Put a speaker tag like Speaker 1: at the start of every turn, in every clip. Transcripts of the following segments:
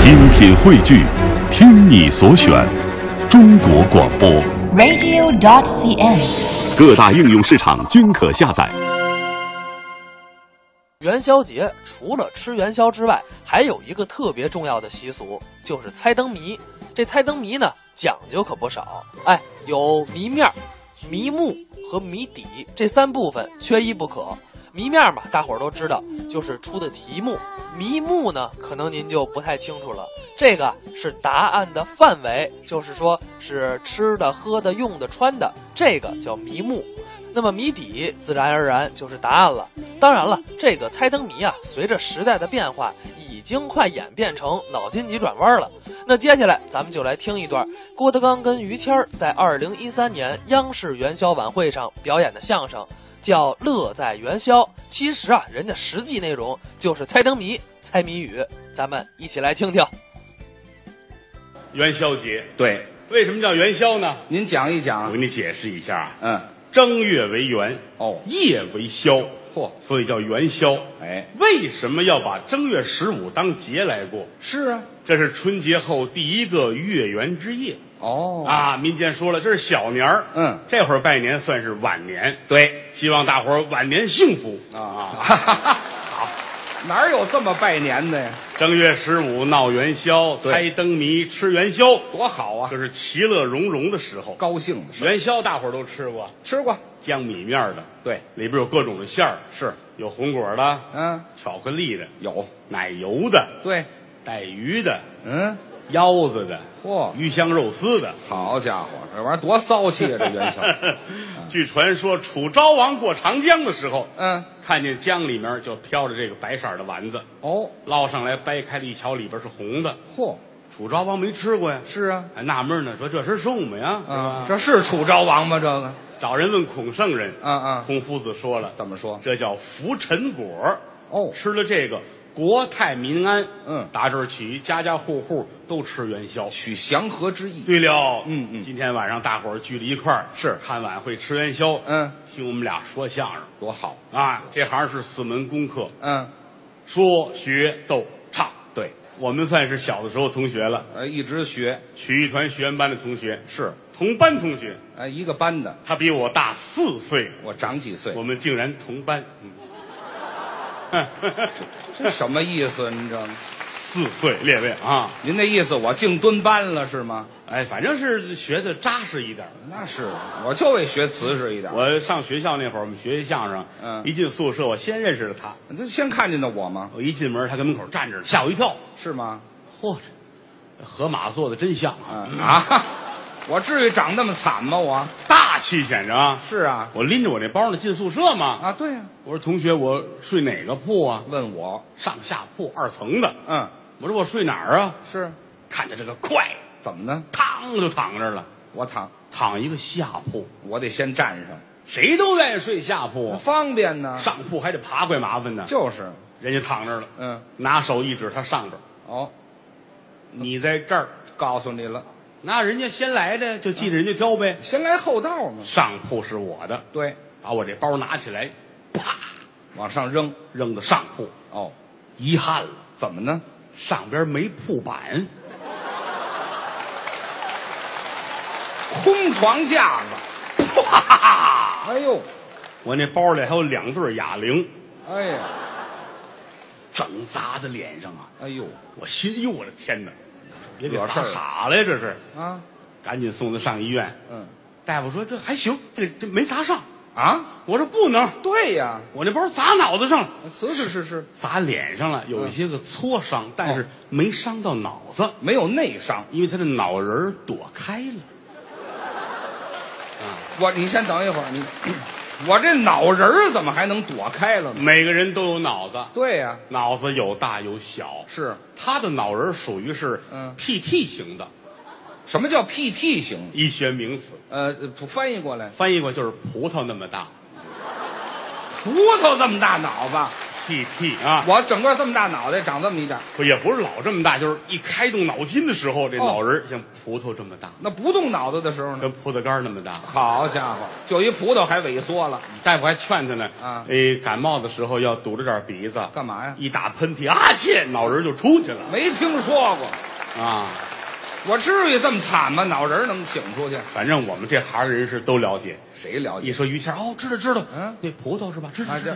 Speaker 1: 精品汇聚，听你所选，中国广播。
Speaker 2: radio.cn。
Speaker 1: 各大应用市场均可下载。
Speaker 3: 元宵节除了吃元宵之外，还有一个特别重要的习俗，就是猜灯谜。这猜灯谜呢，讲究可不少。哎，有谜面儿、谜目和谜底这三部分缺一不可。谜面儿嘛，大伙儿都知道，就是出的题目；谜目呢，可能您就不太清楚了。这个是答案的范围，就是说是吃的、喝的、用的、穿的，这个叫谜目。那么谜底自然而然就是答案了。当然了，这个猜灯谜啊，随着时代的变化，已经快演变成脑筋急转弯了。那接下来咱们就来听一段郭德纲跟于谦儿在二零一三年央视元宵晚会上表演的相声，叫《乐在元宵》。其实啊，人家实际内容就是猜灯谜、猜谜语。咱们一起来听听。
Speaker 4: 元宵节
Speaker 5: 对，
Speaker 4: 为什么叫元宵呢？
Speaker 5: 您讲一讲
Speaker 4: 我给。你解释一下啊，
Speaker 5: 嗯，
Speaker 4: 正月为元，
Speaker 5: 哦
Speaker 4: 夜为宵，
Speaker 5: 嚯
Speaker 4: 所以叫元宵。
Speaker 5: 哎，
Speaker 4: 为什么要把正月十五当节来过？
Speaker 5: 是啊，
Speaker 4: 这是春节后第一个月圆之夜
Speaker 5: 哦，
Speaker 4: 啊！民间说了，这是小年儿，
Speaker 5: 嗯
Speaker 4: 这会儿拜年算是晚年，
Speaker 5: 对
Speaker 4: 希望大伙儿晚年幸福
Speaker 5: 啊
Speaker 4: 啊！
Speaker 5: 哪有这么拜年的呀？
Speaker 4: 正月十五闹元宵，
Speaker 5: 对
Speaker 4: 猜灯谜，吃元宵，
Speaker 5: 多好啊
Speaker 4: 这，是其乐融融的时候。
Speaker 5: 高兴的事，
Speaker 4: 元宵大伙儿都吃过，
Speaker 5: 吃过，
Speaker 4: 江米面儿的，
Speaker 5: 对，
Speaker 4: 里边有各种的馅儿，
Speaker 5: 是，
Speaker 4: 有红果的，
Speaker 5: 嗯，
Speaker 4: 巧克力的，
Speaker 5: 有，
Speaker 4: 奶油的，
Speaker 5: 对，
Speaker 4: 带鱼的，
Speaker 5: 嗯，
Speaker 4: 腰子的，
Speaker 5: 嚯
Speaker 4: 鱼香肉丝的。
Speaker 5: 好家伙，这玩意儿多骚气啊！这元 宵，
Speaker 4: 据传说，楚昭王过长江的时候，
Speaker 5: 嗯，
Speaker 4: 看见江里面就飘着这个白色的丸子，
Speaker 5: 哦，
Speaker 4: 捞上来掰开了一瞧，里边是红的。
Speaker 5: 嚯，
Speaker 4: 楚昭王没吃过呀，
Speaker 5: 是啊，
Speaker 4: 还纳闷呢，说这是什么呀？
Speaker 5: 啊，
Speaker 4: 是吧
Speaker 5: 这是楚昭王吗？这个
Speaker 4: 找人问孔圣人，
Speaker 5: 嗯嗯
Speaker 4: 孔夫子说了，
Speaker 5: 怎么说？
Speaker 4: 这叫浮尘果。
Speaker 5: 哦
Speaker 4: 吃了这个，国泰民安。
Speaker 5: 嗯
Speaker 4: 打这儿起，家家户户都吃元宵。
Speaker 5: 取祥和之意，
Speaker 4: 对了，
Speaker 5: 嗯嗯
Speaker 4: 今天晚上大伙儿聚了一块儿，
Speaker 5: 是
Speaker 4: 看晚会吃元宵。
Speaker 5: 嗯，
Speaker 4: 听我们俩说相声
Speaker 5: 多好，
Speaker 4: 啊，这行是四门功课，
Speaker 5: 嗯，
Speaker 4: 说学逗唱。
Speaker 5: 对，
Speaker 4: 我们算是小的时候同学了，
Speaker 5: 呃，一直学
Speaker 4: 曲艺团学员班的同学，
Speaker 5: 是，
Speaker 4: 同班同学。
Speaker 5: 呃，一个班的，
Speaker 4: 他比我大四岁，
Speaker 5: 我长几岁
Speaker 4: 我，们竟然同班。嗯
Speaker 5: 这什么意思？你知道吗？
Speaker 4: 四岁，列位啊，
Speaker 5: 您那意思我净蹲班了是吗？
Speaker 4: 哎，反正是学的扎实一点儿。
Speaker 5: 那是，我就为学瓷实一点。
Speaker 4: 我上学校那会儿，我们学相声，
Speaker 5: 嗯
Speaker 4: 一进宿舍，我先认识了他。
Speaker 5: 你这先看见的我吗？
Speaker 4: 我一进门，他跟门口站着，吓我一跳。
Speaker 5: 是吗？
Speaker 4: 嚯，这河马做的真像啊，
Speaker 5: 嗯啊，我至于长那么惨吗？我
Speaker 4: 大气显着啊！
Speaker 5: 是啊，
Speaker 4: 我拎着我这包呢进宿舍嘛，
Speaker 5: 啊对呀、
Speaker 4: 我说同学，我睡哪个铺啊？
Speaker 5: 问我，
Speaker 4: 上下铺二层的。
Speaker 5: 嗯，
Speaker 4: 我说我睡哪儿啊？
Speaker 5: 是
Speaker 4: 看见这个快，
Speaker 5: 怎么呢？
Speaker 4: 嘡就躺这儿了，
Speaker 5: 我躺，
Speaker 4: 躺一个下铺，
Speaker 5: 我得先站上，
Speaker 4: 谁都愿意睡下铺啊，
Speaker 5: 方便呢。
Speaker 4: 上铺还得爬，怪麻烦的。
Speaker 5: 嗯就是，
Speaker 4: 人家躺这儿了，
Speaker 5: 嗯，
Speaker 4: 拿手一指他上边儿，
Speaker 5: 哦，
Speaker 4: 你在这儿，
Speaker 5: 告诉你了，
Speaker 4: 那人家先来的就记着人家挑呗。
Speaker 5: 先来后到嘛。
Speaker 4: 上铺是我的，
Speaker 5: 对，
Speaker 4: 把我这包拿起来，啪
Speaker 5: 往上扔。
Speaker 4: 扔到上铺，
Speaker 5: 哦，
Speaker 4: 遗憾了，
Speaker 5: 怎么呢？
Speaker 4: 上边没铺板，
Speaker 5: 空床架子。
Speaker 4: 啪！
Speaker 5: 哎呦，
Speaker 4: 我那包里还有两对哑铃，
Speaker 5: 哎呀，
Speaker 4: 整砸在脸上啊！
Speaker 5: 哎呦，
Speaker 4: 我心哟，我的天哪，也给
Speaker 5: 惹事
Speaker 4: 砸
Speaker 5: 儿了
Speaker 4: 傻了呀，这是，
Speaker 5: 啊，
Speaker 4: 赶紧送他上医院。
Speaker 5: 嗯，
Speaker 4: 大夫说这还行，这这没砸上。
Speaker 5: 啊，
Speaker 4: 我说不能，
Speaker 5: 对呀，
Speaker 4: 我那包砸脑子上了。
Speaker 5: 是是是是，
Speaker 4: 砸脸上了，有一些个挫伤，但是没伤到脑子，
Speaker 5: 没有内伤。
Speaker 4: 因为他的脑仁儿躲开了。
Speaker 5: 我，你先等一会儿，你， 我这脑仁儿怎么还能躲开了呢？
Speaker 4: 每个人都有脑子，
Speaker 5: 对呀、
Speaker 4: 脑子有大有小，
Speaker 5: 是
Speaker 4: 他的脑仁儿属于是
Speaker 5: 嗯
Speaker 4: PT 型的，
Speaker 5: 什么叫 PT 型？
Speaker 4: 医学名词，
Speaker 5: 呃，不翻译过来，
Speaker 4: 翻译过就是葡萄那么大。
Speaker 5: 葡萄这么大脑子，
Speaker 4: 剃剃啊，
Speaker 5: 我整个这么大脑袋，长这么一点儿，
Speaker 4: 不也不是老这么大，就是一开动脑筋的时候，这
Speaker 5: 哦
Speaker 4: 脑仁儿像葡萄这么大，
Speaker 5: 那不动脑子的时候呢？
Speaker 4: 跟葡萄干儿那么大。
Speaker 5: 好家伙，就一葡萄还萎缩了，
Speaker 4: 大夫还劝他呢，
Speaker 5: 啊
Speaker 4: 哎，感冒的时候要堵着点鼻子，
Speaker 5: 干嘛呀？
Speaker 4: 一打喷嚏，啊切，脑仁儿就出去了
Speaker 5: 没听说过，
Speaker 4: 啊。
Speaker 5: 我至于这么惨吗？脑仁儿能醒出去？
Speaker 4: 反正我们这行人是都了解，
Speaker 5: 谁了
Speaker 4: 一
Speaker 5: 解？
Speaker 4: 说于谦儿，哦，知道知道，
Speaker 5: 嗯
Speaker 4: 那葡萄是吧？知道
Speaker 5: 啊，
Speaker 4: 知道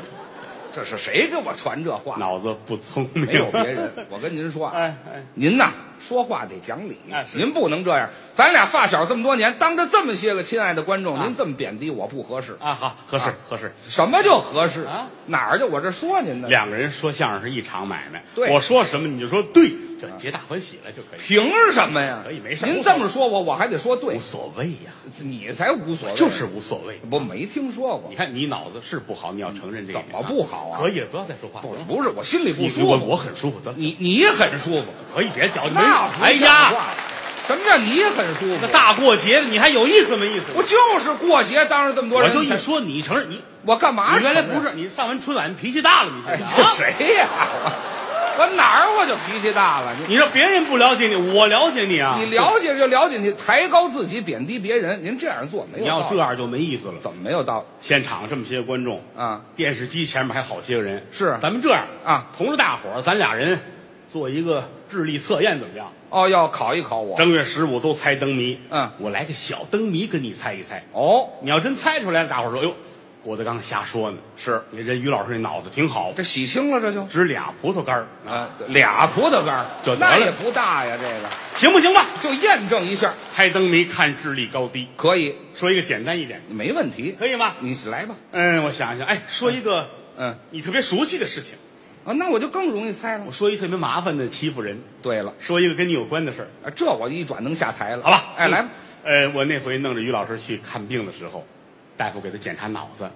Speaker 5: 这。这是谁给我传这话？
Speaker 4: 脑子不聪明，
Speaker 5: 没有别 人，我跟您说啊，
Speaker 4: 哎哎
Speaker 5: 您呐说话得讲理
Speaker 4: 那，哎是
Speaker 5: 您不能这样。咱俩发小这么多年，当着这么些个亲爱的观众，
Speaker 4: 啊
Speaker 5: 您这么贬低我不合适。
Speaker 4: 啊，好，合适
Speaker 5: 啊
Speaker 4: 合适。
Speaker 5: 什么就合适
Speaker 4: 啊？
Speaker 5: 哪儿就我这说您呢？
Speaker 4: 两个人说相声是一场买卖，
Speaker 5: 对啊
Speaker 4: 我说什么你就说对，就皆大欢喜了就可以，
Speaker 5: 凭什么呀？
Speaker 4: 可以没事
Speaker 5: 您
Speaker 4: 无所
Speaker 5: 这
Speaker 4: 谓
Speaker 5: 么说我，我还得说对
Speaker 4: 无，所谓呀，
Speaker 5: 你才无所谓。
Speaker 4: 就是无所谓。
Speaker 5: 我没听说过
Speaker 4: 你，看你脑子是不好，你要承认这个
Speaker 5: 怎么不好啊
Speaker 4: 可以，不要再说话。
Speaker 5: 不
Speaker 4: 行吗
Speaker 5: 不是我心里不
Speaker 4: 你
Speaker 5: 舒
Speaker 4: 我
Speaker 5: 服。
Speaker 4: 我很舒服，得了
Speaker 5: 你你很舒服，
Speaker 4: 可以别矫情。没
Speaker 5: 那不
Speaker 4: 哎
Speaker 5: 像
Speaker 4: 呀，
Speaker 5: 话，什么叫你很舒服
Speaker 4: 那？大过节的你还有意思没意思？
Speaker 5: 我就是过节，当着这么多
Speaker 4: 我
Speaker 5: 人，
Speaker 4: 就一，说你承认你，
Speaker 5: 我干嘛？啊
Speaker 4: 你原来不是，你上完春晚你脾气大了，你
Speaker 5: 哎，
Speaker 4: 现在
Speaker 5: 这
Speaker 4: 啊
Speaker 5: 谁呀、我哪儿我就脾气大了？
Speaker 4: 你
Speaker 5: 你
Speaker 4: 让别人不了解你，我了解你啊。
Speaker 5: 你了解就了解，你抬高自己，贬低别人，您这样做没有
Speaker 4: 你
Speaker 5: 道理？
Speaker 4: 要这样就没意思了。
Speaker 5: 怎么没有道理
Speaker 4: 现场这么些观众，
Speaker 5: 啊？
Speaker 4: 电视机前面还好些个人，
Speaker 5: 是
Speaker 4: 咱们这样
Speaker 5: 啊，
Speaker 4: 同着大伙儿，咱俩人做一个智力测验，怎么样？
Speaker 5: 哦，要考一考我
Speaker 4: 正月十五都猜灯谜，
Speaker 5: 嗯
Speaker 4: 我来个小灯谜跟你猜一猜。
Speaker 5: 哦，
Speaker 4: 你要真猜出来了，大伙儿说：“哟，郭德纲瞎说呢。”
Speaker 5: 是
Speaker 4: 你人于老师那脑子挺好
Speaker 5: 这，洗清了这就
Speaker 4: 只俩葡萄干儿，
Speaker 5: 啊，俩葡萄干儿
Speaker 4: 就得了
Speaker 5: 那也不大呀，这个
Speaker 4: 行不行吧？
Speaker 5: 就验证一下
Speaker 4: 猜灯谜看智力高低，
Speaker 5: 可以，
Speaker 4: 说一个简单一点，
Speaker 5: 没问题，
Speaker 4: 可以吗？
Speaker 5: 你来吧，
Speaker 4: 嗯，我想想，哎，说一个
Speaker 5: 嗯
Speaker 4: 你特别熟悉的事情，
Speaker 5: 啊，那我就更容易猜了
Speaker 4: 我。说一特别麻烦的欺负人，
Speaker 5: 对了，
Speaker 4: 说一个跟你有关的事儿。
Speaker 5: 啊，这我一转能下台了，
Speaker 4: 好吧，
Speaker 5: 哎，
Speaker 4: 嗯
Speaker 5: 来吧，。
Speaker 4: 呃，我那回弄着于老师去看病的时候，大夫给他检查脑子，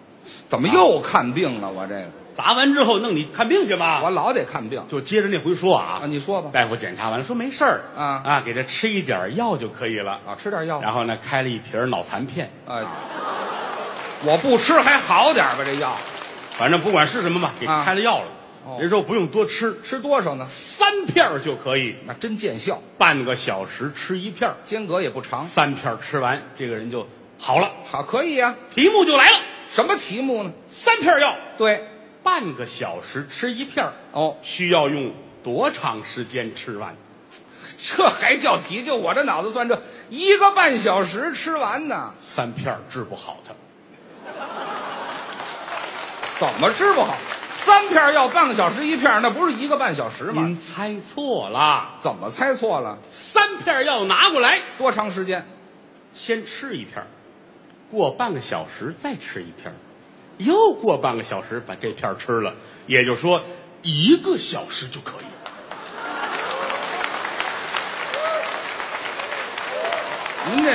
Speaker 5: 怎么又看病了？我这个
Speaker 4: 砸完之后弄你看病去吧。
Speaker 5: 我老得看病
Speaker 4: 啊就接着那回说啊，
Speaker 5: 啊，你说吧。
Speaker 4: 大夫检查完了说没事儿
Speaker 5: 啊
Speaker 4: 啊，给他吃一点药就可以了。
Speaker 5: 啊，吃点药。
Speaker 4: 然后呢，开了一瓶脑残片，
Speaker 5: 啊，我不吃还好点儿吧？这药
Speaker 4: 反正不管是什么吧，给
Speaker 5: 啊
Speaker 4: 开了药了。
Speaker 5: 哦
Speaker 4: 人说不用多吃，
Speaker 5: 吃多少呢？
Speaker 4: 三片儿就可以，
Speaker 5: 那真见效，
Speaker 4: 半个小时吃一片儿，
Speaker 5: 间隔也不长。
Speaker 4: 三片儿吃完，这个人就好了。
Speaker 5: 好，可以呀、啊
Speaker 4: 题目就来了，
Speaker 5: 什么题目呢？
Speaker 4: 三片儿药，
Speaker 5: 对，
Speaker 4: 半个小时吃一片儿，
Speaker 5: 哦，
Speaker 4: 需要用多长时间吃完？
Speaker 5: 这还叫题？就我这脑子算这一个半小时吃完呢，
Speaker 4: 三片儿治不好他，
Speaker 5: 怎么治不好？三片药半个小时一片，那不是一个半小时吗？
Speaker 4: 您猜错了。
Speaker 5: 怎么猜错了？
Speaker 4: 三片儿药拿过来，
Speaker 5: 多长时间？
Speaker 4: 先吃一片儿，过半个小时再吃一片儿，又过半个小时把这片儿吃了，也就是说一个小时就可以。
Speaker 5: 您这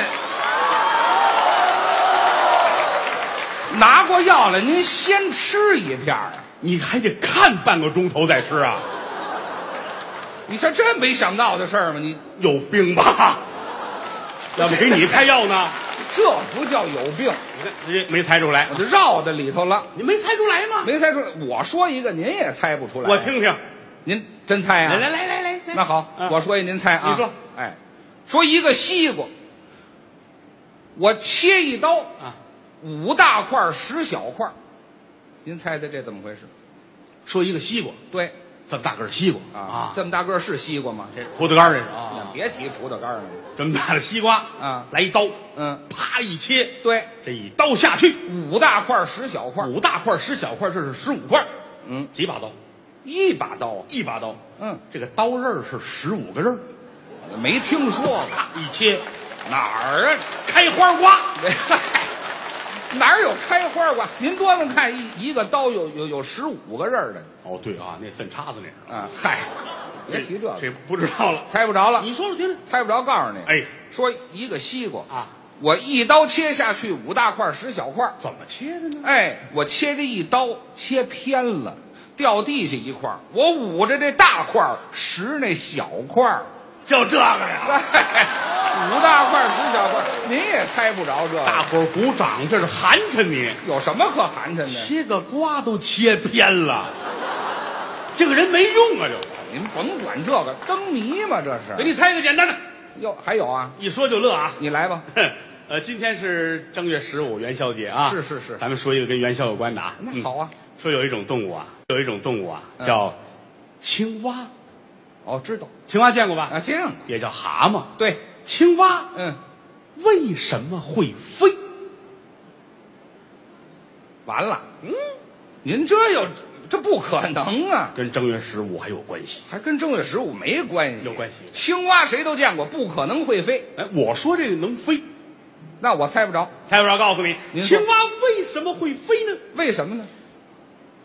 Speaker 5: 拿过药来，您先吃一片儿啊？
Speaker 4: 你还得看半个钟头再吃啊？
Speaker 5: 你这真没想到的事儿吗？你
Speaker 4: 有病吧？ 要不给你开药呢？
Speaker 5: 这不叫有病，
Speaker 4: 你看这没猜出来
Speaker 5: 我，就绕到里头了，
Speaker 4: 你没猜出来吗？
Speaker 5: 没猜出来。我说一个，您也猜不出来。啊
Speaker 4: 我，听听，
Speaker 5: 您真猜啊？
Speaker 4: 来来来来来，来
Speaker 5: 那好，
Speaker 4: 啊
Speaker 5: 我说一，您猜啊？
Speaker 4: 你说，
Speaker 5: 哎，说一个西瓜，我切一刀，
Speaker 4: 啊，
Speaker 5: 五大块儿十小块儿，您猜猜这怎么回事？
Speaker 4: 说一个西瓜，
Speaker 5: 对
Speaker 4: 这么大个儿西瓜
Speaker 5: 啊，这么大个儿是西瓜吗？这
Speaker 4: 葡萄干儿这是啊，
Speaker 5: 别提葡萄干儿了。
Speaker 4: 这么大的西瓜
Speaker 5: 啊
Speaker 4: 来一刀，
Speaker 5: 嗯，
Speaker 4: 啪一切，
Speaker 5: 对，
Speaker 4: 这一刀下去，
Speaker 5: 五大块儿十小块儿，
Speaker 4: 五大块十小块，这是十五块，
Speaker 5: 嗯，
Speaker 4: 几把刀？
Speaker 5: 一把刀啊，
Speaker 4: 一把刀，
Speaker 5: 嗯，
Speaker 4: 这个刀刃儿是十五个刃儿，
Speaker 5: 没听说过。
Speaker 4: 啪一切，
Speaker 5: 哪儿啊？
Speaker 4: 开花瓜，
Speaker 5: 哪儿有开花瓜？您多能看一一个刀有有有十五个刃儿的
Speaker 4: 哦对啊，那粪叉子那是，
Speaker 5: 啊！嗨，别提这
Speaker 4: 这
Speaker 5: 个，
Speaker 4: 不知道了，
Speaker 5: 猜不着了，
Speaker 4: 你说说听听，
Speaker 5: 猜不着。告诉你，
Speaker 4: 哎
Speaker 5: 说一个西瓜
Speaker 4: 啊，
Speaker 5: 我一刀切下去五大块儿十小块儿，
Speaker 4: 怎么切的呢？
Speaker 5: 哎，我切这一刀切偏了，掉地下一块儿，我捂着这大块儿拾那小块儿。
Speaker 4: 就这个呀，
Speaker 5: 哎 五大块儿十小块儿，您也猜不着这
Speaker 4: 大
Speaker 5: 个，
Speaker 4: 伙儿鼓掌，这是寒碜你，
Speaker 5: 有什么可寒碜的？
Speaker 4: 切个瓜都切偏了，这个人没用啊，就。
Speaker 5: 您甭管这个灯谜嘛，这
Speaker 4: 给
Speaker 5: 是。
Speaker 4: 你猜一个简单的，
Speaker 5: 哟，还有啊，
Speaker 4: 一说就乐啊。
Speaker 5: 你来吧。
Speaker 4: 哼呃，今天是正月十五元宵节啊，
Speaker 5: 是是是
Speaker 4: 咱们说一个跟元宵有关的啊。
Speaker 5: 那
Speaker 4: 嗯
Speaker 5: 好啊，
Speaker 4: 说有一种动物啊，有一种动物啊
Speaker 5: 嗯
Speaker 4: 叫青蛙，
Speaker 5: 哦，知道
Speaker 4: 青蛙见过吧？
Speaker 5: 啊，这样
Speaker 4: 也叫蛤蟆。
Speaker 5: 对，
Speaker 4: 青蛙
Speaker 5: 嗯，
Speaker 4: 为什么会飞？
Speaker 5: 完了，嗯，您这有这不可能啊，
Speaker 4: 跟正月十五还有关系。
Speaker 5: 还跟正月十五没关系，
Speaker 4: 有关系
Speaker 5: 青蛙谁都见过，不可能会飞，
Speaker 4: 哎，我说这个能飞，
Speaker 5: 那我猜不着，
Speaker 4: 蔡部长告诉你，
Speaker 5: 您说
Speaker 4: 青蛙为什么会飞呢？
Speaker 5: 为什么呢？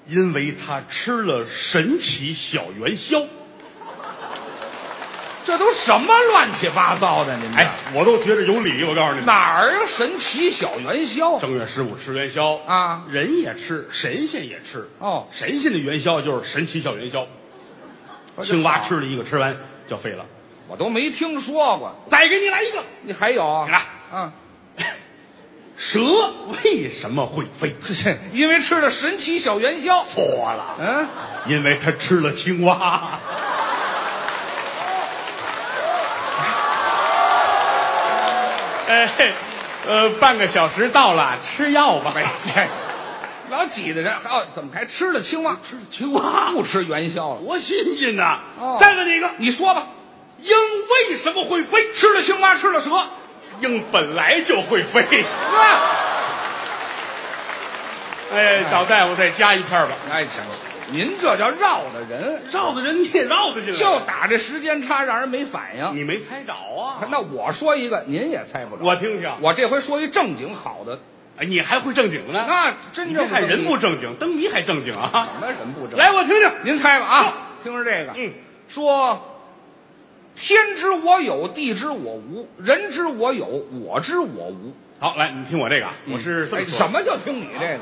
Speaker 4: 因为它吃了神奇小元宵。
Speaker 5: 这都什么乱七八糟的？您这
Speaker 4: 哎，我都觉得有理。我告诉你们，
Speaker 5: 哪儿有神奇小元宵？
Speaker 4: 正月十五吃元宵
Speaker 5: 啊
Speaker 4: 人也吃，神仙也吃。
Speaker 5: 哦
Speaker 4: 神仙的元宵就是神奇小元宵，青蛙吃了一个，吃完就废了。
Speaker 5: 我都没听说过。
Speaker 4: 再给你来一个，
Speaker 5: 你还有啊？
Speaker 4: 你来
Speaker 5: 嗯，
Speaker 4: 蛇为什么会飞？
Speaker 5: 因为吃了神奇小元宵。
Speaker 4: 错了，
Speaker 5: 嗯，
Speaker 4: 因为它吃了青蛙。哎，呃，半个小时到了，吃药吧。
Speaker 5: 老挤的人，还哦，怎么还吃了青蛙？
Speaker 4: 吃青蛙
Speaker 5: 不吃元宵了？
Speaker 4: 多新鲜呐、
Speaker 5: 哦
Speaker 4: 再给你一个，
Speaker 5: 你说吧，
Speaker 4: 鹰为什么会飞？
Speaker 5: 吃了青蛙，吃了蛇，
Speaker 4: 鹰本来就会飞。
Speaker 5: 啊！
Speaker 4: 哎，找大夫再加一片吧。
Speaker 5: 哎，行了，您这叫绕的人，
Speaker 4: 绕的人你也绕得进来，
Speaker 5: 就打这时间差，让人没反应。
Speaker 4: 你没猜着啊？
Speaker 5: 那我说一个，您也猜不着。
Speaker 4: 我听听，
Speaker 5: 我这回说一正经好的，
Speaker 4: 哎你还会正经呢？
Speaker 5: 那真
Speaker 4: 你
Speaker 5: 正
Speaker 4: 别看人不
Speaker 5: 不
Speaker 4: 正经，灯谜还正经
Speaker 5: 什
Speaker 4: 啊！
Speaker 5: 么人不正，
Speaker 4: 来，我听听。
Speaker 5: 您猜吧啊！听着这个，
Speaker 4: 嗯，
Speaker 5: 说天知我有，地知我无，人知我有，我知我无。
Speaker 4: 好，来，你听我这个啊，我是这么
Speaker 5: 哎
Speaker 4: 说
Speaker 5: 什？么叫听你这个？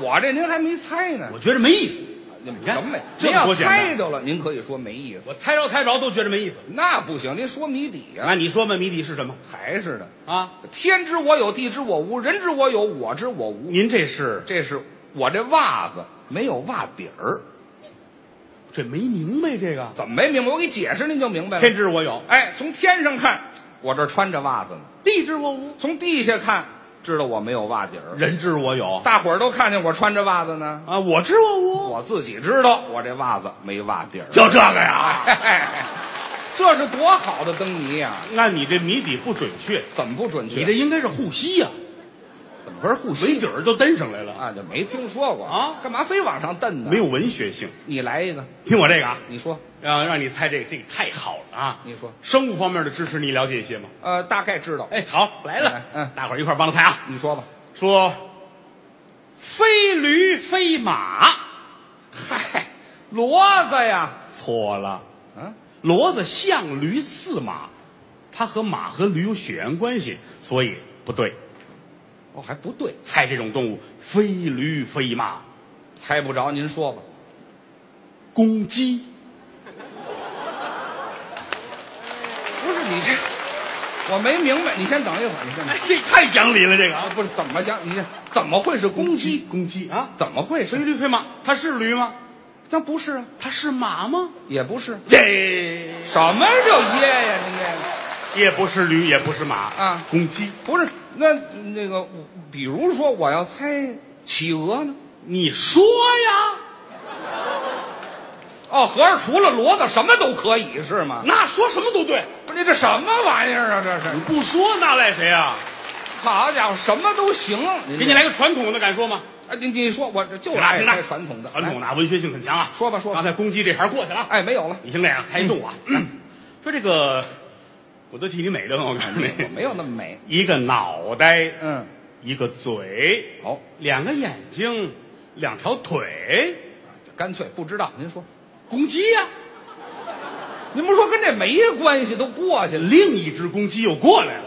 Speaker 5: 我这您还没猜呢
Speaker 4: 我，觉着没意思。
Speaker 5: 你们
Speaker 4: 看
Speaker 5: 什么呀？
Speaker 4: 这
Speaker 5: 您要
Speaker 4: 多简单
Speaker 5: 猜着了，您可以说没意思。
Speaker 4: 我猜着猜着都觉着没意思。
Speaker 5: 那不行，您说谜底呀、
Speaker 4: 那你说吧，谜底是什么
Speaker 5: 还是的。
Speaker 4: 啊？
Speaker 5: 天知我有，地知我无，人知我有，我知我无。
Speaker 4: 您这是
Speaker 5: 这是我这袜子没有袜底儿，
Speaker 4: 这没明白这个？
Speaker 5: 怎么没明白？我给解释您就明白了。
Speaker 4: 天知我有，
Speaker 5: 哎，从天上看，我这穿着袜子呢；
Speaker 4: 地知我无，
Speaker 5: 从地下看，知道我没有袜底儿。
Speaker 4: 人知我有
Speaker 5: 大伙儿都看见我穿着袜子呢，
Speaker 4: 啊，我知我无。
Speaker 5: 我自己知道我这袜子没袜底儿。
Speaker 4: 就这个呀？
Speaker 5: 哎， 这是多好的灯谜呀、
Speaker 4: 那你这谜底不准确，
Speaker 5: 怎么不准确？
Speaker 4: 你这应该是护膝呀，
Speaker 5: 怎么回事？护
Speaker 4: 没
Speaker 5: 膝
Speaker 4: 底儿都蹬上来了，
Speaker 5: 啊，就没听说过
Speaker 4: 啊
Speaker 5: 干嘛非往上蹬呢？
Speaker 4: 没有，文学性。
Speaker 5: 你来一个，
Speaker 4: 听我这个啊，
Speaker 5: 你说，
Speaker 4: 啊，让你猜这个，这个太好了啊！
Speaker 5: 你说
Speaker 4: 生物方面的知识你了解一些吗？
Speaker 5: 呃，大概知道。
Speaker 4: 哎，好，来了，
Speaker 5: 嗯
Speaker 4: 大伙儿一块儿帮着猜啊。
Speaker 5: 你说吧。
Speaker 4: 说飞驴飞马，
Speaker 5: 嗨，骡子呀，
Speaker 4: 错了，
Speaker 5: 嗯，
Speaker 4: 骡子象驴似马，它和马和驴有血缘关系，所以不对。
Speaker 5: 哦，还不对，
Speaker 4: 猜这种动物，飞驴飞马，
Speaker 5: 猜不着，您说吧。
Speaker 4: 公鸡。
Speaker 5: 不是你这，我没明白。你先等一会儿，你先等
Speaker 4: 哎。，这太讲理了，这个
Speaker 5: 啊
Speaker 4: 啊，
Speaker 5: 不是怎么讲？你这怎么会是公鸡？
Speaker 4: 公鸡啊，
Speaker 5: 怎么会
Speaker 4: 飞
Speaker 5: 是？
Speaker 4: 驴飞马，它是驴吗？
Speaker 5: 那不是啊，
Speaker 4: 它是马吗？
Speaker 5: 也不是。
Speaker 4: 耶，
Speaker 5: 什么叫耶呀？您这
Speaker 4: 也不是驴，也不是马
Speaker 5: 啊
Speaker 4: 公鸡。
Speaker 5: 不是那那个，比如说我要猜企鹅呢？
Speaker 4: 你说呀，
Speaker 5: 哦，合着除了骡子什么都可以是吗？
Speaker 4: 那说什么都对，
Speaker 5: 不是你这什么玩意儿啊？这
Speaker 4: 你
Speaker 5: 是，
Speaker 4: 不说那赖谁啊？
Speaker 5: 好家伙，什么都行。
Speaker 4: 给你来个传统的，敢说吗？
Speaker 5: 哎，你你说我这就
Speaker 4: 听着
Speaker 5: 爱
Speaker 4: 听着
Speaker 5: 猜传统的，
Speaker 4: 传统
Speaker 5: 来
Speaker 4: 的啊文学性很强啊。
Speaker 5: 说吧说吧
Speaker 4: 刚才公鸡这行过去了啊。
Speaker 5: 哎，没嗯有了，
Speaker 4: 你听这样猜动啊，说这个，我都替你美的，我告诉你，
Speaker 5: 我没有那么美。
Speaker 4: 一个脑袋，
Speaker 5: 嗯，
Speaker 4: 一个嘴，
Speaker 5: 好，
Speaker 4: 两个眼睛，两条腿，啊
Speaker 5: 干脆不知道。您说，
Speaker 4: 公鸡呀、
Speaker 5: 您不说跟这没关系，都过去了。
Speaker 4: 另一只公鸡又过来了。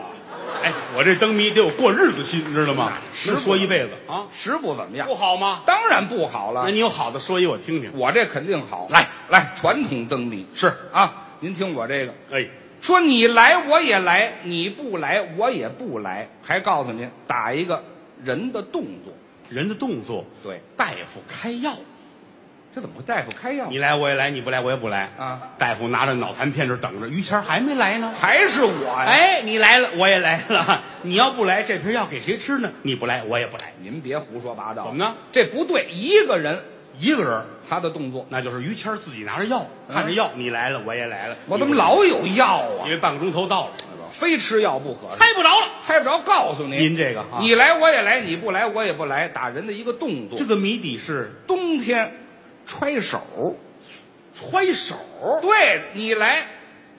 Speaker 4: 哎，我这灯谜得有过日子心，你知道吗？
Speaker 5: 是
Speaker 4: 能说一辈子啊，
Speaker 5: 食不怎么样
Speaker 4: 不，好吗？
Speaker 5: 当然不好了
Speaker 4: 那。你有好的说一我听听。
Speaker 5: 我这肯定好。
Speaker 4: 来
Speaker 5: 来，传统灯谜
Speaker 4: 是，
Speaker 5: 啊！您听我这个，
Speaker 4: 哎，
Speaker 5: 说你来我也来，你不来我也不来，还告诉您打一个人的动作。
Speaker 4: 人的动作，
Speaker 5: 对，
Speaker 4: 大夫开药，
Speaker 5: 这怎么会？大夫开药，
Speaker 4: 你来我也来，你不来我也不来
Speaker 5: 啊！
Speaker 4: 大夫拿着脑残片这等着，于谦儿还没来呢。
Speaker 5: 还是我呀？，
Speaker 4: 哎，你来了，我也来了。你要不来，这瓶药给谁吃呢？你不来，我也不来。
Speaker 5: 您别胡说八道，
Speaker 4: 怎么呢？
Speaker 5: 这不对，一个人
Speaker 4: 一个人，
Speaker 5: 他的动作，
Speaker 4: 那就是于谦儿自己拿着药，
Speaker 5: 嗯
Speaker 4: 看着药，你来了，我也来了。
Speaker 5: 我怎么
Speaker 4: 你不来？
Speaker 5: 老哎有药啊
Speaker 4: 因？为半个钟头到了，
Speaker 5: 非吃药不可是，
Speaker 4: 猜不着了。
Speaker 5: 猜不着，告诉您，
Speaker 4: 您这个啊
Speaker 5: 哎你来我也来，你不来我也不来，打人的一个动作。
Speaker 4: 这个谜底是
Speaker 5: 冬天揣手，
Speaker 4: 揣手。
Speaker 5: 对你来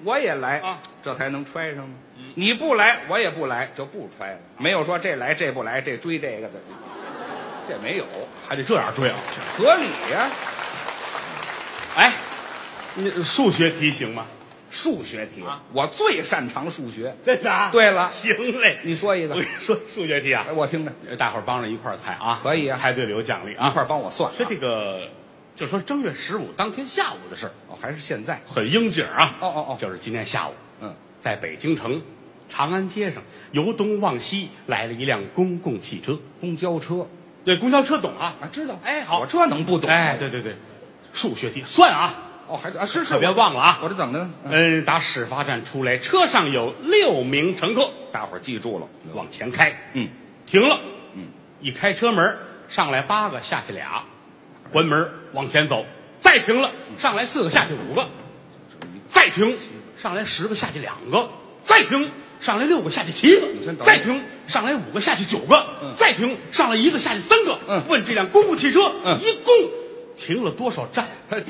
Speaker 5: 我也来
Speaker 4: 啊，嗯
Speaker 5: 这才能揣上吗？你不来我也不来，就不揣了。没有说这来这不来这追这 个的，这没有，
Speaker 4: 还得这样追啊！
Speaker 5: 合理呀、
Speaker 4: 哎，那数学题行吗？
Speaker 5: 数学题、
Speaker 4: 啊
Speaker 5: 我最擅长数学，
Speaker 4: 真的啊？
Speaker 5: 对了
Speaker 4: 行嘞。
Speaker 5: 你说一
Speaker 4: 我
Speaker 5: 个
Speaker 4: 跟你，说，数学题啊
Speaker 5: 哎，我听着，
Speaker 4: 大伙儿帮着一块儿猜啊，
Speaker 5: 可以啊
Speaker 4: 猜对了有奖励啊，
Speaker 5: 一块儿帮我算、啊。
Speaker 4: 说这个，就说正月十五当天下午的事儿，
Speaker 5: 哦，还是现在，
Speaker 4: 很应景啊。
Speaker 5: 哦哦哦
Speaker 4: 就是今天下午，
Speaker 5: 嗯，
Speaker 4: 在北京城长安街上，由东往西来了一辆公共汽车，
Speaker 5: 公交车
Speaker 4: 对，公交车懂啊？
Speaker 5: 啊，知道。
Speaker 4: 哎，好，
Speaker 5: 我这能不懂？啊
Speaker 4: 哎，，对对对，数学题算啊，
Speaker 5: 哦，还是啊，是是，
Speaker 4: 可别
Speaker 5: 我
Speaker 4: 忘了啊
Speaker 5: 我这等着呢。嗯
Speaker 4: 嗯，打始发站出来，车上有六名乘客，
Speaker 5: 大伙儿记住了，
Speaker 4: 往前开，
Speaker 5: 嗯，
Speaker 4: 停了，
Speaker 5: 嗯，
Speaker 4: 一开车门，上来八个，下去俩，关门往前走，再停了，
Speaker 5: 嗯
Speaker 4: 上来四个，下去五个，再停，上来十个，下去两个，再停，上来六个，下去七个
Speaker 5: 你先，等会儿
Speaker 4: 再停，上来五个，下去九个，
Speaker 5: 嗯
Speaker 4: 再停，上来一个，下去三个。
Speaker 5: 嗯
Speaker 4: 问这辆公共汽车、
Speaker 5: 嗯哎
Speaker 4: 一共停了多少站？
Speaker 5: 嘿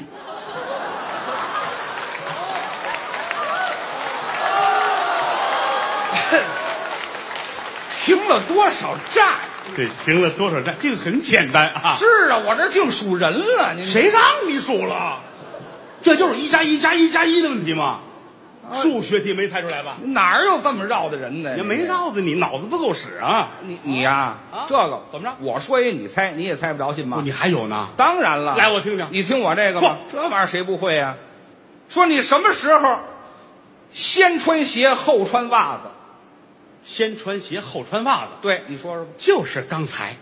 Speaker 5: 停了多少站？
Speaker 4: 对，停了多少站？这个很简单 啊。
Speaker 5: 是啊，我这净数人了，您
Speaker 4: 谁让你数了？这就是一加一加一加一的问题吗？数学题没猜出来吧？
Speaker 5: 哪儿有这么绕的人呢？
Speaker 4: 也没绕着你，脑子不够使啊！
Speaker 5: 你你呀、
Speaker 3: 啊
Speaker 5: 这个
Speaker 4: 怎么着
Speaker 5: 我说一你猜，哦你也猜不着，信吗？
Speaker 4: 哦你还有呢？
Speaker 5: 当然了，
Speaker 4: 来我听听
Speaker 5: 你听我这个吧，这玩意儿谁不会呀、说你什么时候先穿鞋后穿袜子？
Speaker 4: 先穿鞋后穿袜子，
Speaker 5: 对，你说说吧。
Speaker 4: 就是刚才，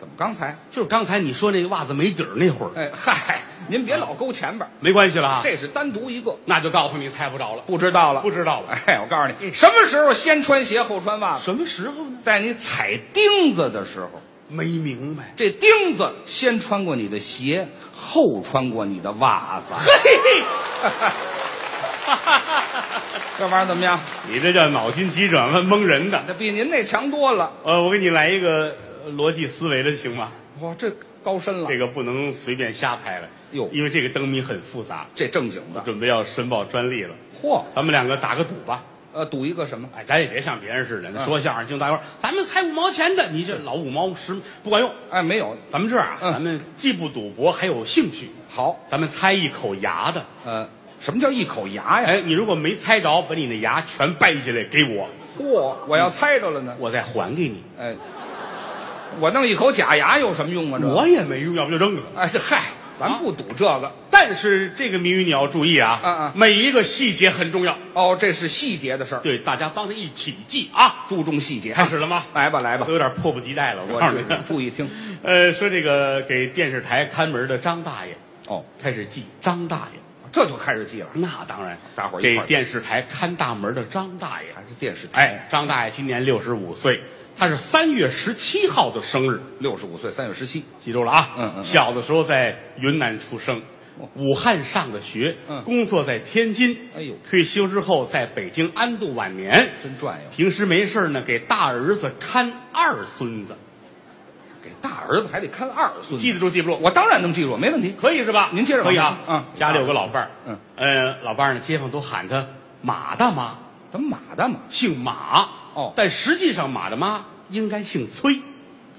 Speaker 5: 怎么刚才？
Speaker 4: 就是刚才你说那个袜子没底儿那会儿，
Speaker 5: 哎嗨，您别老勾前边儿，
Speaker 4: 没关系了啊。
Speaker 5: 这是单独一个，
Speaker 4: 那就告诉你猜不着了，
Speaker 5: 不知道了，
Speaker 4: 不知道了。
Speaker 5: 哎，我告诉你，什么时候先穿鞋后穿袜子？
Speaker 4: 什么时候呢？
Speaker 5: 在你踩钉子的时候，
Speaker 4: 没明白。
Speaker 5: 这钉子先穿过你的鞋，后穿过你的袜子。 这玩意儿怎么样？
Speaker 4: 你这叫脑筋急转弯蒙人的。
Speaker 5: 这比您那强多了。
Speaker 4: 呃，我给你来一个呃逻辑思维的行吗？
Speaker 5: 哇，这高深了，
Speaker 4: 这个不能随便瞎猜了，
Speaker 5: 哟
Speaker 4: 因为这个灯谜很复杂，
Speaker 5: 这正经的。
Speaker 4: 准备要申报专利了。
Speaker 5: 嚯，
Speaker 4: 咱们两个打个赌吧，
Speaker 5: 呃，赌一个什么？
Speaker 4: 哎，咱也别像别人似
Speaker 5: 嗯
Speaker 4: 的，说相声净大官，咱们猜五毛钱的，你这老五毛十不管用。
Speaker 5: 哎，没有。
Speaker 4: 咱们这样啊，
Speaker 5: 嗯
Speaker 4: 咱们既不赌博，还有兴趣，
Speaker 5: 好，
Speaker 4: 咱们猜一口牙的。
Speaker 5: 呃，什么叫一口牙呀？
Speaker 4: 哎，你如果没猜着，把你的牙全掰下来给我，
Speaker 5: 嚯，我要
Speaker 4: 嗯
Speaker 5: 猜着了呢。
Speaker 4: 我再还给你。
Speaker 5: 哎，我弄一口假牙有什么用啊？这
Speaker 4: 我也没用，要不就扔了。
Speaker 5: 哎，这嗨，咱不赌这个。
Speaker 4: 但是这个谜语你要注意啊，
Speaker 5: 嗯嗯
Speaker 4: 每一个细节很重要，
Speaker 5: 哦，这是细节的事儿，
Speaker 4: 对，大家帮着一起记啊。
Speaker 5: 注重细节。
Speaker 4: 开始了吗？
Speaker 5: 来吧，来吧
Speaker 4: 都，有点迫不及待了，我
Speaker 5: 我
Speaker 4: 告诉
Speaker 5: 注
Speaker 4: 你。
Speaker 5: 注意听。
Speaker 4: 呃，说这个给电视台看门的张大爷
Speaker 5: 哦，
Speaker 4: 开始记张大爷，
Speaker 5: 这就开始记了，
Speaker 4: 那当然，
Speaker 5: 大伙儿一块
Speaker 4: 给
Speaker 5: 儿记
Speaker 4: 电视台看大门的张大爷。
Speaker 5: 还是电视台。
Speaker 4: 哎，张大爷今年六十五岁，他是三月十七号的生日，
Speaker 5: 六十五岁，三月十七。
Speaker 4: 记住了啊。
Speaker 5: 嗯嗯
Speaker 4: 小的时候在云南出生
Speaker 5: 哦，
Speaker 4: 武汉上的学，
Speaker 5: 嗯
Speaker 4: 工作在天津。
Speaker 5: 哎呦
Speaker 4: 退休之后在北京安度晚年。
Speaker 5: 真转悠，
Speaker 4: 平时没事儿呢，给大儿子看二孙子，
Speaker 5: 给大儿子还得看二孙子，
Speaker 4: 记得住记不住？
Speaker 5: 我当然能记住，没问题。
Speaker 4: 可以是吧？
Speaker 5: 您接着往
Speaker 4: 可以啊。
Speaker 5: 下嗯
Speaker 4: 家里有个老伴儿，
Speaker 5: 嗯
Speaker 4: 呃，老伴儿呢，街坊都喊他马大妈，
Speaker 5: 怎么马大嘛？
Speaker 4: 姓马。
Speaker 5: 哦
Speaker 4: 但实际上马大妈应该姓崔。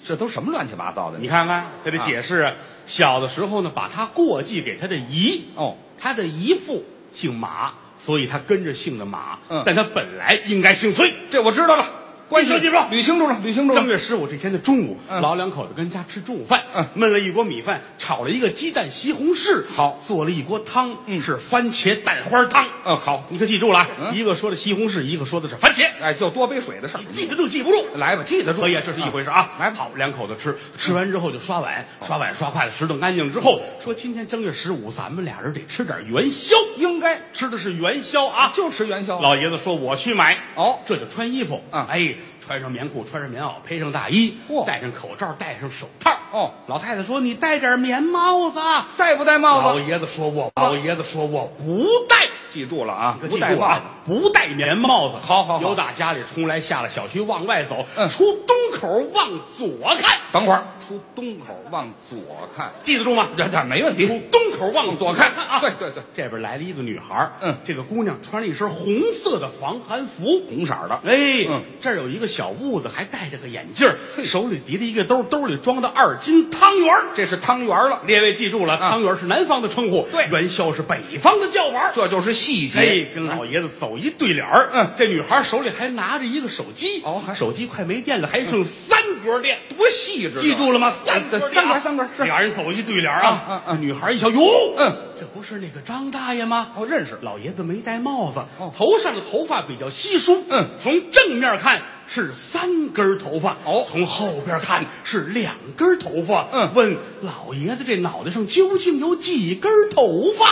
Speaker 5: 这都什么乱七八糟的？
Speaker 4: 你看看，他得解释啊，小的时候呢，把他过继给他的姨。
Speaker 5: 哦，
Speaker 4: 他的姨父姓马，所以他跟着姓的马。
Speaker 5: 嗯
Speaker 4: 但他本来应该姓崔。
Speaker 5: 这我知道了。关系
Speaker 4: 记住记住
Speaker 5: 捋清楚了，捋清楚
Speaker 4: 正
Speaker 5: 了。
Speaker 4: 月十五这天的中午，
Speaker 5: 嗯
Speaker 4: 老两口子跟家吃中午饭，
Speaker 5: 嗯
Speaker 4: 焖了一锅米饭，炒了一个鸡蛋西红柿，
Speaker 5: 好
Speaker 4: 做了一锅汤，
Speaker 5: 嗯
Speaker 4: 是番茄蛋花汤。
Speaker 5: 嗯，好，
Speaker 4: 你可记住了啊，
Speaker 5: 嗯
Speaker 4: 一个说的西红柿，一个说的是番茄，
Speaker 5: 哎，就多杯水的事儿
Speaker 4: 你，记得住记不住？
Speaker 5: 来吧，记得住。嗯
Speaker 4: 可以，这是一回事啊！
Speaker 5: 来吧
Speaker 4: 好，两口子吃，吃完之后就刷碗，刷碗刷筷子，拾掇干净之后，说今天正月十五，咱们俩人得吃点元宵，
Speaker 5: 应该
Speaker 4: 吃的是元宵啊！
Speaker 5: 就吃元宵。
Speaker 4: 老爷子说：“我去买。”
Speaker 5: 哦
Speaker 4: 这就穿衣服。
Speaker 5: 嗯
Speaker 4: 哎，穿上棉裤，穿上棉袄，披上大衣，
Speaker 5: 嚯
Speaker 4: 戴上口罩，戴上手套。
Speaker 5: 哦
Speaker 4: 老太太说：“你戴点棉帽子。”
Speaker 5: 戴不戴帽
Speaker 4: 老
Speaker 5: 子？
Speaker 4: 爷子说我：“老爷子说我不戴。”
Speaker 5: 记住了啊，
Speaker 4: 记
Speaker 5: 不戴
Speaker 4: 住
Speaker 5: 帽子。
Speaker 4: 啊，不戴棉帽子。
Speaker 5: 好好好
Speaker 4: 由打家里出来，下了小区往外走，
Speaker 5: 嗯
Speaker 4: 出东口往左看，
Speaker 5: 等会儿出东口往左看，
Speaker 4: 记得住吗？
Speaker 5: 这这没问
Speaker 4: 出
Speaker 5: 题。
Speaker 4: 东口往左看啊！
Speaker 5: 对对对，
Speaker 4: 这边来了一个女孩儿
Speaker 5: 嗯
Speaker 4: 这个姑娘穿了一身红色的防寒服，
Speaker 5: 红色儿的
Speaker 4: 哎，
Speaker 5: 嗯
Speaker 4: 这儿有一个小痦子，还戴着个眼镜儿，手里提着一个兜，兜里装的二斤汤圆儿。
Speaker 5: 这是汤圆了，
Speaker 4: 列位记住了，
Speaker 5: 啊
Speaker 4: 汤圆儿是南方的称呼，
Speaker 5: 对
Speaker 4: 元宵是北方的叫法儿。
Speaker 5: 这就是细
Speaker 4: 哎
Speaker 5: 节。，
Speaker 4: 跟老爷子走一对脸儿，
Speaker 5: 嗯
Speaker 4: 这女孩手里还拿着一个手机，
Speaker 5: 哦还
Speaker 4: 手机快没电了，还剩三格电，
Speaker 5: 多细致啊，
Speaker 4: 记住了吗？三格
Speaker 5: 这
Speaker 4: 电啊
Speaker 5: 三格三格是
Speaker 4: 俩人走一对脸儿啊，
Speaker 5: 嗯嗯嗯
Speaker 4: 女孩一瞧，哟，
Speaker 5: 嗯，
Speaker 4: 这不是那个张大爷吗？
Speaker 5: 哦认识
Speaker 4: 老爷子没戴帽子，
Speaker 5: 哦
Speaker 4: 头上的头发比较稀疏，
Speaker 5: 嗯
Speaker 4: 从正面看是三根头发，
Speaker 5: 哦
Speaker 4: 从后边看是两根头发，
Speaker 5: 嗯
Speaker 4: 问老爷子这脑袋上究竟有几根头发？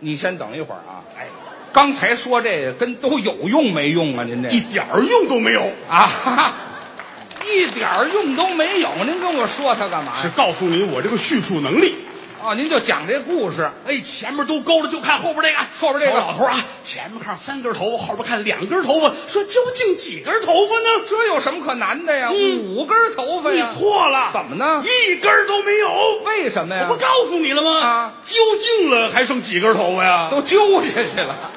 Speaker 5: 你先等一会儿啊。
Speaker 4: 哎，
Speaker 5: 刚才说这个跟都有用没用啊？您这
Speaker 4: 一点儿用都没有。
Speaker 5: 啊，哈哈一点儿用都没有。您跟我说它干嘛
Speaker 4: 是
Speaker 5: 呀？
Speaker 4: 告诉你我这个叙述能力。
Speaker 5: 啊，您就讲这故事。
Speaker 4: 哎，前面都勾着，就看后边这个，
Speaker 5: 后边这个
Speaker 4: 小老头啊，前面看三根头发，后边看两根头发，说究竟几根头发呢？
Speaker 5: 这有什么可难的呀？
Speaker 4: 嗯
Speaker 5: 五根头发
Speaker 4: 你
Speaker 5: 呀？
Speaker 4: 错了，
Speaker 5: 怎么呢
Speaker 4: 一根都没有。
Speaker 5: 为什么
Speaker 4: 我
Speaker 5: 呀
Speaker 4: 不？告诉你了吗？
Speaker 5: 啊
Speaker 4: 究竟了还剩几根头发呀？
Speaker 5: 都揪下去了。